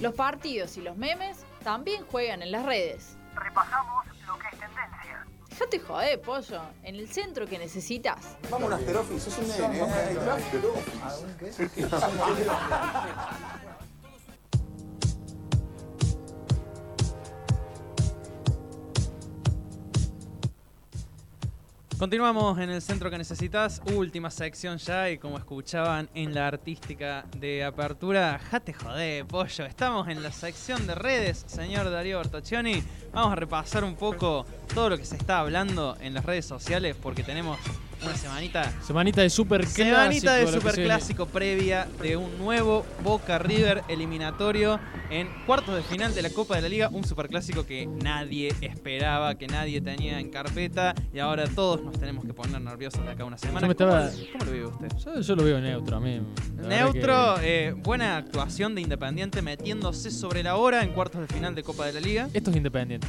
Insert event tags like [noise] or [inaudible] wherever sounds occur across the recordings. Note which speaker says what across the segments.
Speaker 1: Los partidos y los memes también juegan en las redes.
Speaker 2: Repasamos lo que es tendencia.
Speaker 1: Déjate joder, pollo, en el centro que necesitas.
Speaker 3: Vamos a un asterofis, sos un nene. eh, asterofis.
Speaker 4: Continuamos en el centro que necesitas, última sección ya y como escuchaban en la artística de apertura, jate jodé, pollo, estamos en la sección de redes, señor Darío Bertoccioni, vamos a repasar un poco todo lo que se está hablando en las redes sociales porque tenemos una semanita,
Speaker 5: Semanita de super clásico.
Speaker 4: semanita de
Speaker 5: lo que se
Speaker 4: superclásico previa de un nuevo Boca River eliminatorio en cuartos de final de la Copa de la Liga, un superclásico que nadie esperaba, que nadie tenía en carpeta y ahora todos nos tenemos que poner nerviosos de acá a una semana.
Speaker 5: me
Speaker 4: ¿Cómo-
Speaker 5: estaba-
Speaker 4: ¿Cómo lo vive usted?
Speaker 5: viene. Yo, yo lo veo neutro a mí. la verdad
Speaker 4: Neutro,
Speaker 5: que-
Speaker 4: eh, buena actuación de Independiente metiéndose sobre la hora en cuartos de final de Copa de la Liga.
Speaker 5: Esto es independiente.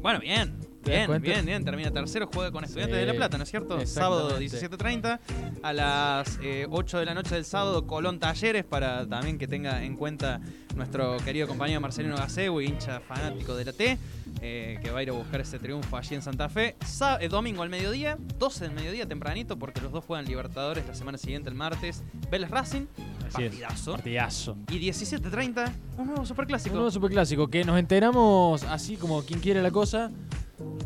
Speaker 4: Bueno, bien.
Speaker 5: ¿Te das
Speaker 4: Bien,
Speaker 5: cuenta?
Speaker 4: bien, bien. Termina tercero, juega con Estudiantes
Speaker 5: Sí,
Speaker 4: de La Plata, ¿no es cierto? Sábado
Speaker 5: exactamente.
Speaker 4: 17.30. A las eh, 8 de la noche del sábado, Colón Talleres, para también que tenga en cuenta nuestro querido compañero Marcelino Gacewi, hincha fanático de la T, eh, que va a ir a buscar ese triunfo allí en Santa Fe. Sa- eh, domingo al mediodía, 12 del mediodía tempranito, porque los dos juegan Libertadores la semana siguiente, el martes. Vélez Racing,
Speaker 5: Así es.
Speaker 4: partidazo.
Speaker 5: Partidazo.
Speaker 4: Y 17.30, un nuevo
Speaker 5: Un
Speaker 4: superclásico.
Speaker 5: nuevo superclásico que nos enteramos así como quien quiere la cosa.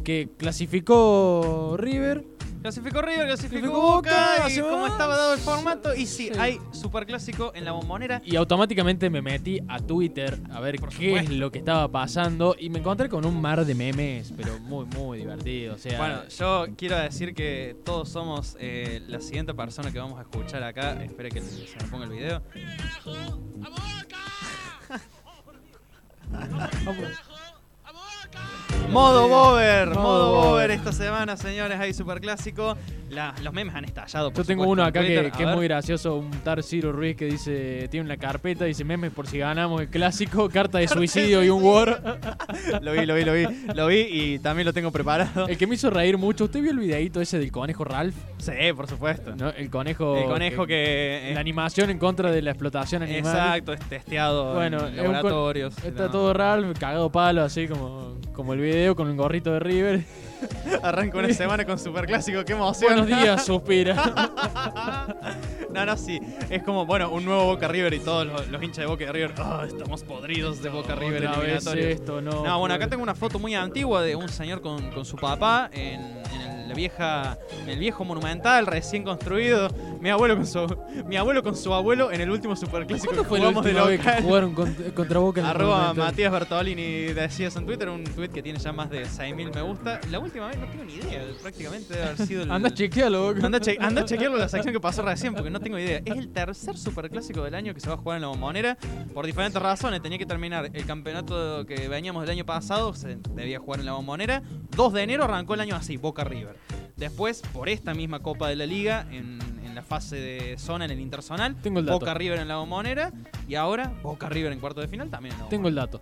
Speaker 5: Que clasificó River.
Speaker 4: Clasificó River, clasificó
Speaker 5: Clasificó
Speaker 4: Boca, y
Speaker 5: Boca, se va.
Speaker 4: como estaba dado el formato, y sí,
Speaker 5: Sí.
Speaker 4: hay superclásico en la bombonera.
Speaker 5: Y automáticamente me metí a Twitter a ver
Speaker 4: Por
Speaker 5: qué
Speaker 4: supuesto.
Speaker 5: es lo que estaba pasando. Y me encontré con un mar de memes, pero muy, muy divertido. O sea,
Speaker 4: Bueno, yo quiero decir que todos somos eh, la siguiente persona que vamos a escuchar acá. Espera que se me ponga el video. Modo Bober,
Speaker 5: Modo
Speaker 4: modo Bober
Speaker 5: Bober.
Speaker 4: esta semana, señores, hay superclásico. La- los memes han estallado. por
Speaker 5: Yo tengo
Speaker 4: supuesto,
Speaker 5: uno
Speaker 4: en
Speaker 5: acá que,
Speaker 4: Twitter.
Speaker 5: que
Speaker 4: A
Speaker 5: es
Speaker 4: ver. [laughs]
Speaker 5: muy gracioso, un tar Ciro Ruiz que dice, tiene una carpeta, dice memes por si ganamos el clásico, [laughs] carta de suicidio y un war.
Speaker 4: Lo vi, lo vi, lo vi. Lo vi y también lo tengo
Speaker 5: [laughs]
Speaker 4: preparado.
Speaker 5: El que me hizo reír mucho, ¿usted vio el videito ese del conejo Ralph?
Speaker 4: Sí, por supuesto.
Speaker 5: ¿No? El conejo... eh,
Speaker 4: El conejo que. eh.
Speaker 5: La animación en contra de la explotación animal.
Speaker 4: Exacto, es testeado
Speaker 5: Bueno, es
Speaker 4: en
Speaker 5: un
Speaker 4: laboratorios.
Speaker 5: Está
Speaker 4: ¿no?
Speaker 5: todo Ralph, cagado palo, así como, como el video con el gorrito
Speaker 4: [laughs]
Speaker 5: de River.
Speaker 4: Arranca una semana con Superclásico, qué emoción.
Speaker 5: Buenos días, suspira.
Speaker 4: [laughs] no, no, sí. Es como, bueno, un nuevo Boca River y todos los, los hinchas de Boca y River. "Ah, estamos podridos de Boca River
Speaker 5: Otra vez
Speaker 4: eliminatorios".
Speaker 5: esto, no.
Speaker 4: No, bueno, acá
Speaker 5: pobre.
Speaker 4: tengo una foto muy antigua de un señor con, con su papá en, en el, la vieja, en el viejo monumental recién construido. Mi abuelo con su, mi abuelo, con su abuelo en el último superclásico
Speaker 5: ¿Cuándo
Speaker 4: que
Speaker 5: fue la
Speaker 4: jugamos de
Speaker 5: última vez que
Speaker 4: local.
Speaker 5: jugaron contra, contra Boca en el
Speaker 4: Arroba
Speaker 5: Monumental?
Speaker 4: Matías Bertolini decías en Twitter, un tweet que tiene ya más de 6.000 me gusta. La última vez no tengo ni idea, prácticamente debe haber
Speaker 5: [laughs]
Speaker 4: sido el.
Speaker 5: Anda, chequealo, Boca.
Speaker 4: Anda, a che- anda a chequearlo la sección que pasó recién porque no tengo idea. Es el tercer superclásico del año que se va a jugar en la bombonera. Por diferentes razones, tenía que terminar el campeonato que veníamos del año pasado, se debía jugar en la bombonera. 2 de enero arrancó el año así, Boca River. Después, por esta misma Copa de la Liga, en, en la fase de zona, en el interzonal,
Speaker 5: Tengo el dato.
Speaker 4: Boca River en la bombonera. Y ahora, Boca River en cuarto de final también en la
Speaker 5: Tengo el dato.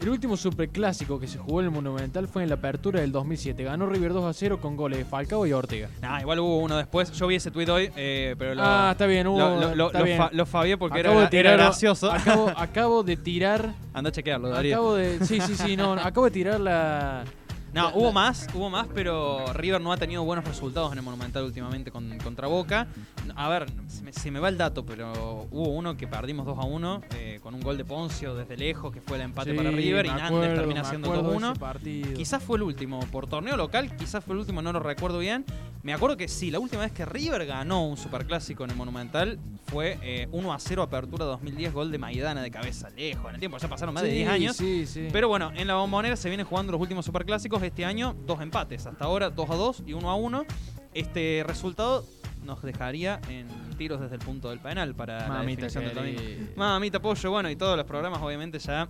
Speaker 5: El último superclásico que se jugó en el Monumental fue en la apertura del 2007. Ganó River 2 a 0 con goles de Falcao y Ortega.
Speaker 4: Nah, Ah, igual hubo uno después. Yo vi ese tweet hoy, eh, pero lo,
Speaker 5: ah, está bien,
Speaker 4: lo,
Speaker 5: hubo-
Speaker 4: lo- lo-
Speaker 5: está
Speaker 4: lo
Speaker 5: bien.
Speaker 4: fa- lo fabié porque era,
Speaker 5: Acabo de
Speaker 4: era
Speaker 5: tirar-
Speaker 4: gracioso. [laughs]
Speaker 5: Acabo, acabo de tirar.
Speaker 4: Anda a chequearlo, Darío.
Speaker 5: acabo de. Sí, sí, sí, no. Acabo de tirar la.
Speaker 4: No,
Speaker 5: La-
Speaker 4: hubo
Speaker 5: la-
Speaker 4: más, hubo más, pero River no ha tenido buenos resultados en el Monumental últimamente con, contra Boca. A ver, se me, se me va el dato, pero hubo uno que perdimos 2 a 1 eh, con un gol de Poncio desde lejos, que fue el empate
Speaker 5: Sí,
Speaker 4: para River y
Speaker 5: me
Speaker 4: Nández
Speaker 5: acuerdo,
Speaker 4: termina
Speaker 5: me
Speaker 4: siendo
Speaker 5: acuerdo de
Speaker 4: 2
Speaker 5: ese
Speaker 4: 1.
Speaker 5: partido.
Speaker 4: Quizás fue el último, por torneo local, quizás fue el último, no lo recuerdo bien. Me acuerdo que sí, la última vez que River ganó un superclásico en el Monumental fue eh, 1 a 0 apertura 2010, gol de Maidana de cabeza, lejos en el tiempo, ya pasaron más de
Speaker 5: Sí,
Speaker 4: 10 años.
Speaker 5: Sí, sí.
Speaker 4: Pero bueno, en la bombonera se vienen jugando los últimos superclásicos. Este año, dos empates. Hasta ahora, 2 a 2 y 1 a 1. Este resultado nos dejaría en tiros desde el punto del penal para
Speaker 5: Mamita,
Speaker 4: la definición del
Speaker 5: querida.
Speaker 4: domingo. Mamita Pollo, bueno, y todos los programas obviamente ya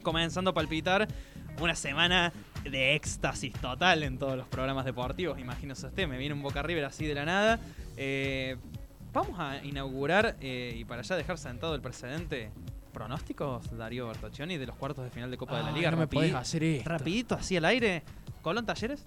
Speaker 4: comenzando a palpitar una semana de éxtasis total en todos los programas deportivos, imagínese usted, me viene un Boca River así de la nada. Eh, vamos a inaugurar, eh, y para ya dejar sentado el precedente, pronósticos, Darío Bertoccioni, de los cuartos de final de Copa de la
Speaker 5: Ay,
Speaker 4: Liga.
Speaker 5: no me
Speaker 4: Rapidi-
Speaker 5: podés hacer esto.
Speaker 4: rapidito, así al aire. Colón Talleres.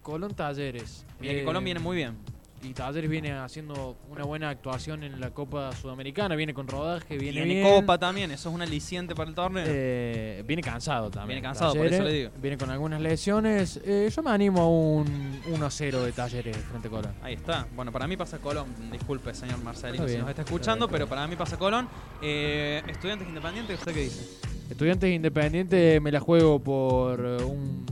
Speaker 5: Colón Talleres. Eh,
Speaker 4: Mira que Colón viene muy bien.
Speaker 5: Y Talleres viene haciendo una buena actuación en la Copa Sudamericana, viene con rodaje, viene,
Speaker 4: Tiene
Speaker 5: bien.
Speaker 4: copa también, eso es un aliciente para el torneo.
Speaker 5: Eh, viene cansado también.
Speaker 4: Viene cansado, por eso le digo.
Speaker 5: Viene con algunas lesiones. Eh, yo me animo a un 1-0 de Talleres frente a Colón.
Speaker 4: Ahí está. Bueno, para mí pasa Colón. Disculpe, señor Marcelino,
Speaker 5: Está
Speaker 4: si
Speaker 5: bien,
Speaker 4: nos está
Speaker 5: está
Speaker 4: escuchando,
Speaker 5: bien,
Speaker 4: pero para mí pasa Colón. Eh, estudiantes independientes, ¿usted qué dice?
Speaker 5: Estudiantes Independiente me la juego por eh, un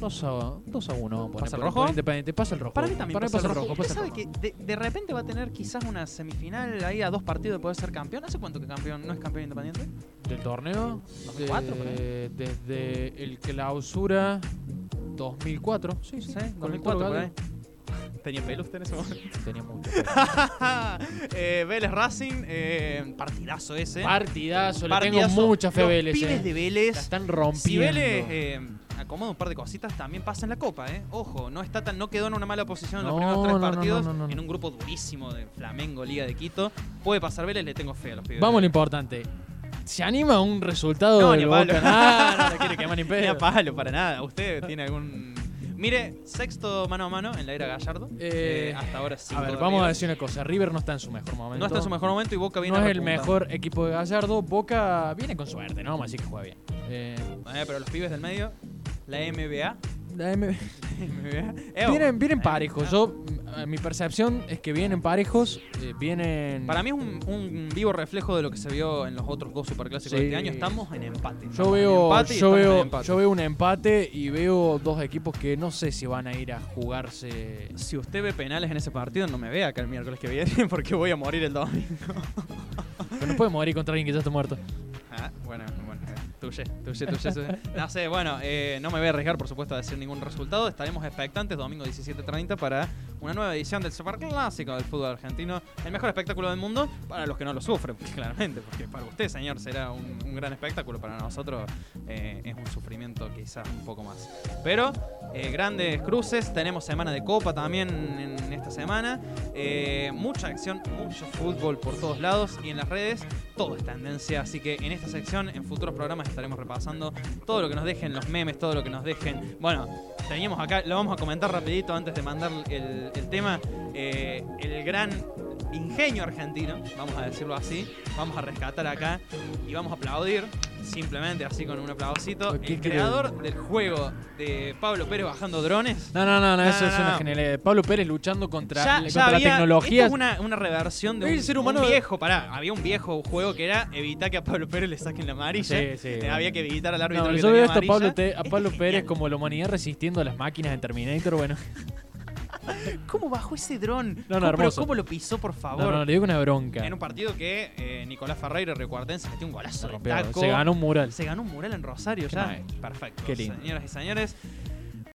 Speaker 5: 2 a, 2 a 1. vamos a poner
Speaker 4: ¿Pasa el
Speaker 5: por-
Speaker 4: rojo?
Speaker 5: por Independiente. Pasa el rojo.
Speaker 4: Para mí también
Speaker 5: Para mí
Speaker 4: pasa, el rojo.
Speaker 5: pasa
Speaker 4: ¿Usted
Speaker 5: el
Speaker 4: sabe
Speaker 5: rojo.
Speaker 4: que de, de repente va a tener quizás una semifinal ahí a dos partidos de poder ser campeón? ¿Hace cuánto que campeón no es campeón independiente?
Speaker 5: del torneo.
Speaker 4: 2004 por ahí.
Speaker 5: eh, desde el clausura 2004. Sí, sí.
Speaker 4: Sí,
Speaker 5: con
Speaker 4: 2004
Speaker 5: el
Speaker 4: por
Speaker 5: Toro
Speaker 4: ahí.
Speaker 5: Gallo.
Speaker 4: Tenía pelo usted en ese momento. [laughs]
Speaker 5: Tenía mucho.
Speaker 4: eh, Vélez Racing, eh, partidazo ese.
Speaker 5: Partidazo, le tengo
Speaker 4: Partidazo.
Speaker 5: mucha fe a
Speaker 4: Los
Speaker 5: Vélez.
Speaker 4: pibes
Speaker 5: eh.
Speaker 4: de
Speaker 5: La
Speaker 4: Vélez.
Speaker 5: están rompiendo.
Speaker 4: Si Vélez eh, acomoda un par de cositas, también pasa en la Copa, ¿eh? Ojo, no, está tan, no quedó en una mala posición en los
Speaker 5: No,
Speaker 4: primeros tres
Speaker 5: no, no,
Speaker 4: partidos,
Speaker 5: no, no, no.
Speaker 4: en un grupo durísimo de Flamengo, Liga de Quito. Puede pasar Vélez, le tengo fe a los pibes.
Speaker 5: Vamos a lo
Speaker 4: [laughs] de Vélez.
Speaker 5: importante. ¿Se anima a un resultado
Speaker 4: No,
Speaker 5: del
Speaker 4: ni a palo.
Speaker 5: Boca? Ah, no, la quiere quemar ni en
Speaker 4: [laughs]
Speaker 5: pedo.
Speaker 4: Ni a palo, para nada. ¿Usted tiene algún...? Mire, sexto mano a mano en la era Gallardo.
Speaker 5: Eh,
Speaker 4: Eh, hasta ahora sí.
Speaker 5: A ver, vamos a decir una cosa. River no está en su mejor momento.
Speaker 4: No está en su mejor momento y Boca viene
Speaker 5: No
Speaker 4: a
Speaker 5: es el
Speaker 4: repuntar.
Speaker 5: mejor equipo de Gallardo. Boca viene con suerte, ¿no? Vamos a decir que juega bien. Eh,
Speaker 4: Eh, pero los pibes del medio, la [laughs] MBA.
Speaker 5: la M-
Speaker 4: Eh, oh.
Speaker 5: vienen, vienen
Speaker 4: Eh,
Speaker 5: parejos. Yo, m- mi percepción es que vienen parejos. eh, vienen.
Speaker 4: Para mí es un,
Speaker 5: Este,
Speaker 4: un vivo reflejo de lo que se vio en los otros dos superclásicos de
Speaker 5: Sí.
Speaker 4: este año. Estamos en empate.
Speaker 5: Yo
Speaker 4: Estamos en
Speaker 5: veo,
Speaker 4: empate y
Speaker 5: yo,
Speaker 4: estamos en
Speaker 5: veo,
Speaker 4: empate.
Speaker 5: yo veo un empate y veo dos equipos que no sé si van a ir a jugarse.
Speaker 4: Si usted ve penales en ese partido, no me vea acá el miércoles que viene [laughs] porque voy a morir el domingo.
Speaker 5: Pero no puede morir contra alguien que ya está muerto.
Speaker 4: Ah, bueno, bueno. eh, Tuye, tuye, tuye, tuye. No sé, bueno, eh, no me voy a arriesgar, por supuesto, a decir ningún resultado. Estaremos expectantes domingo 17.30 para una nueva edición del Superclásico del fútbol argentino. El mejor espectáculo del mundo para los que no lo sufren, [laughs] claramente. Porque para usted, señor, será un, un gran espectáculo. Para nosotros eh, es un sufrimiento quizás un poco más. Pero eh, grandes cruces. Tenemos semana de Copa también en esta semana. Eh, mucha acción, mucho fútbol por todos lados y en las redes todo es tendencia. Así que en esta sección, en futuros programas, estaremos repasando todo lo que nos dejen, los memes, todo lo que nos dejen. Bueno, teníamos acá, lo vamos a comentar rapidito antes de mandar el, el tema. eh, el gran ingenio argentino, vamos a decirlo así. Vamos a rescatar acá y vamos a aplaudir. Simplemente así con un aplausito.
Speaker 5: ¿Qué
Speaker 4: El
Speaker 5: quiere?
Speaker 4: creador del juego de Pablo Pérez bajando drones.
Speaker 5: No, no, no, no,
Speaker 4: No,
Speaker 5: eso
Speaker 4: no,
Speaker 5: es una
Speaker 4: no.
Speaker 5: generalidad. Pablo Pérez luchando contra,
Speaker 4: Ya-
Speaker 5: contra
Speaker 4: ya
Speaker 5: la
Speaker 4: había-
Speaker 5: tecnología.
Speaker 4: esto es una, una reversión de
Speaker 5: El
Speaker 4: un,
Speaker 5: ser
Speaker 4: un
Speaker 5: humano-
Speaker 4: viejo. Pará, había un viejo juego que era evitar que a Pablo Pérez le saquen la amarilla.
Speaker 5: Sí, sí.
Speaker 4: Eh, había que evitar al árbitro.
Speaker 5: No,
Speaker 4: que
Speaker 5: yo veo
Speaker 4: tenía
Speaker 5: esto a Pablo,
Speaker 4: amarilla.
Speaker 5: Te- a
Speaker 4: Esto
Speaker 5: Pablo
Speaker 4: es
Speaker 5: Pérez
Speaker 4: genial.
Speaker 5: como la humanidad resistiendo a las máquinas en Terminator. Bueno,
Speaker 4: ¿Cómo bajó ese dron?
Speaker 5: No, no,
Speaker 4: ¿Cómo- pero
Speaker 5: hermoso.
Speaker 4: ¿Cómo lo pisó, por favor?
Speaker 5: no, no, le digo una bronca.
Speaker 4: En un partido que eh, Nicolás Ferreira, recuerdense, metió un golazo de
Speaker 5: Rompió,
Speaker 4: taco.
Speaker 5: Se ganó un mural.
Speaker 4: Se ganó un mural en Rosario
Speaker 5: Qué
Speaker 4: ya.
Speaker 5: maestro.
Speaker 4: Perfecto.
Speaker 5: Qué lindo.
Speaker 4: Señoras y señores,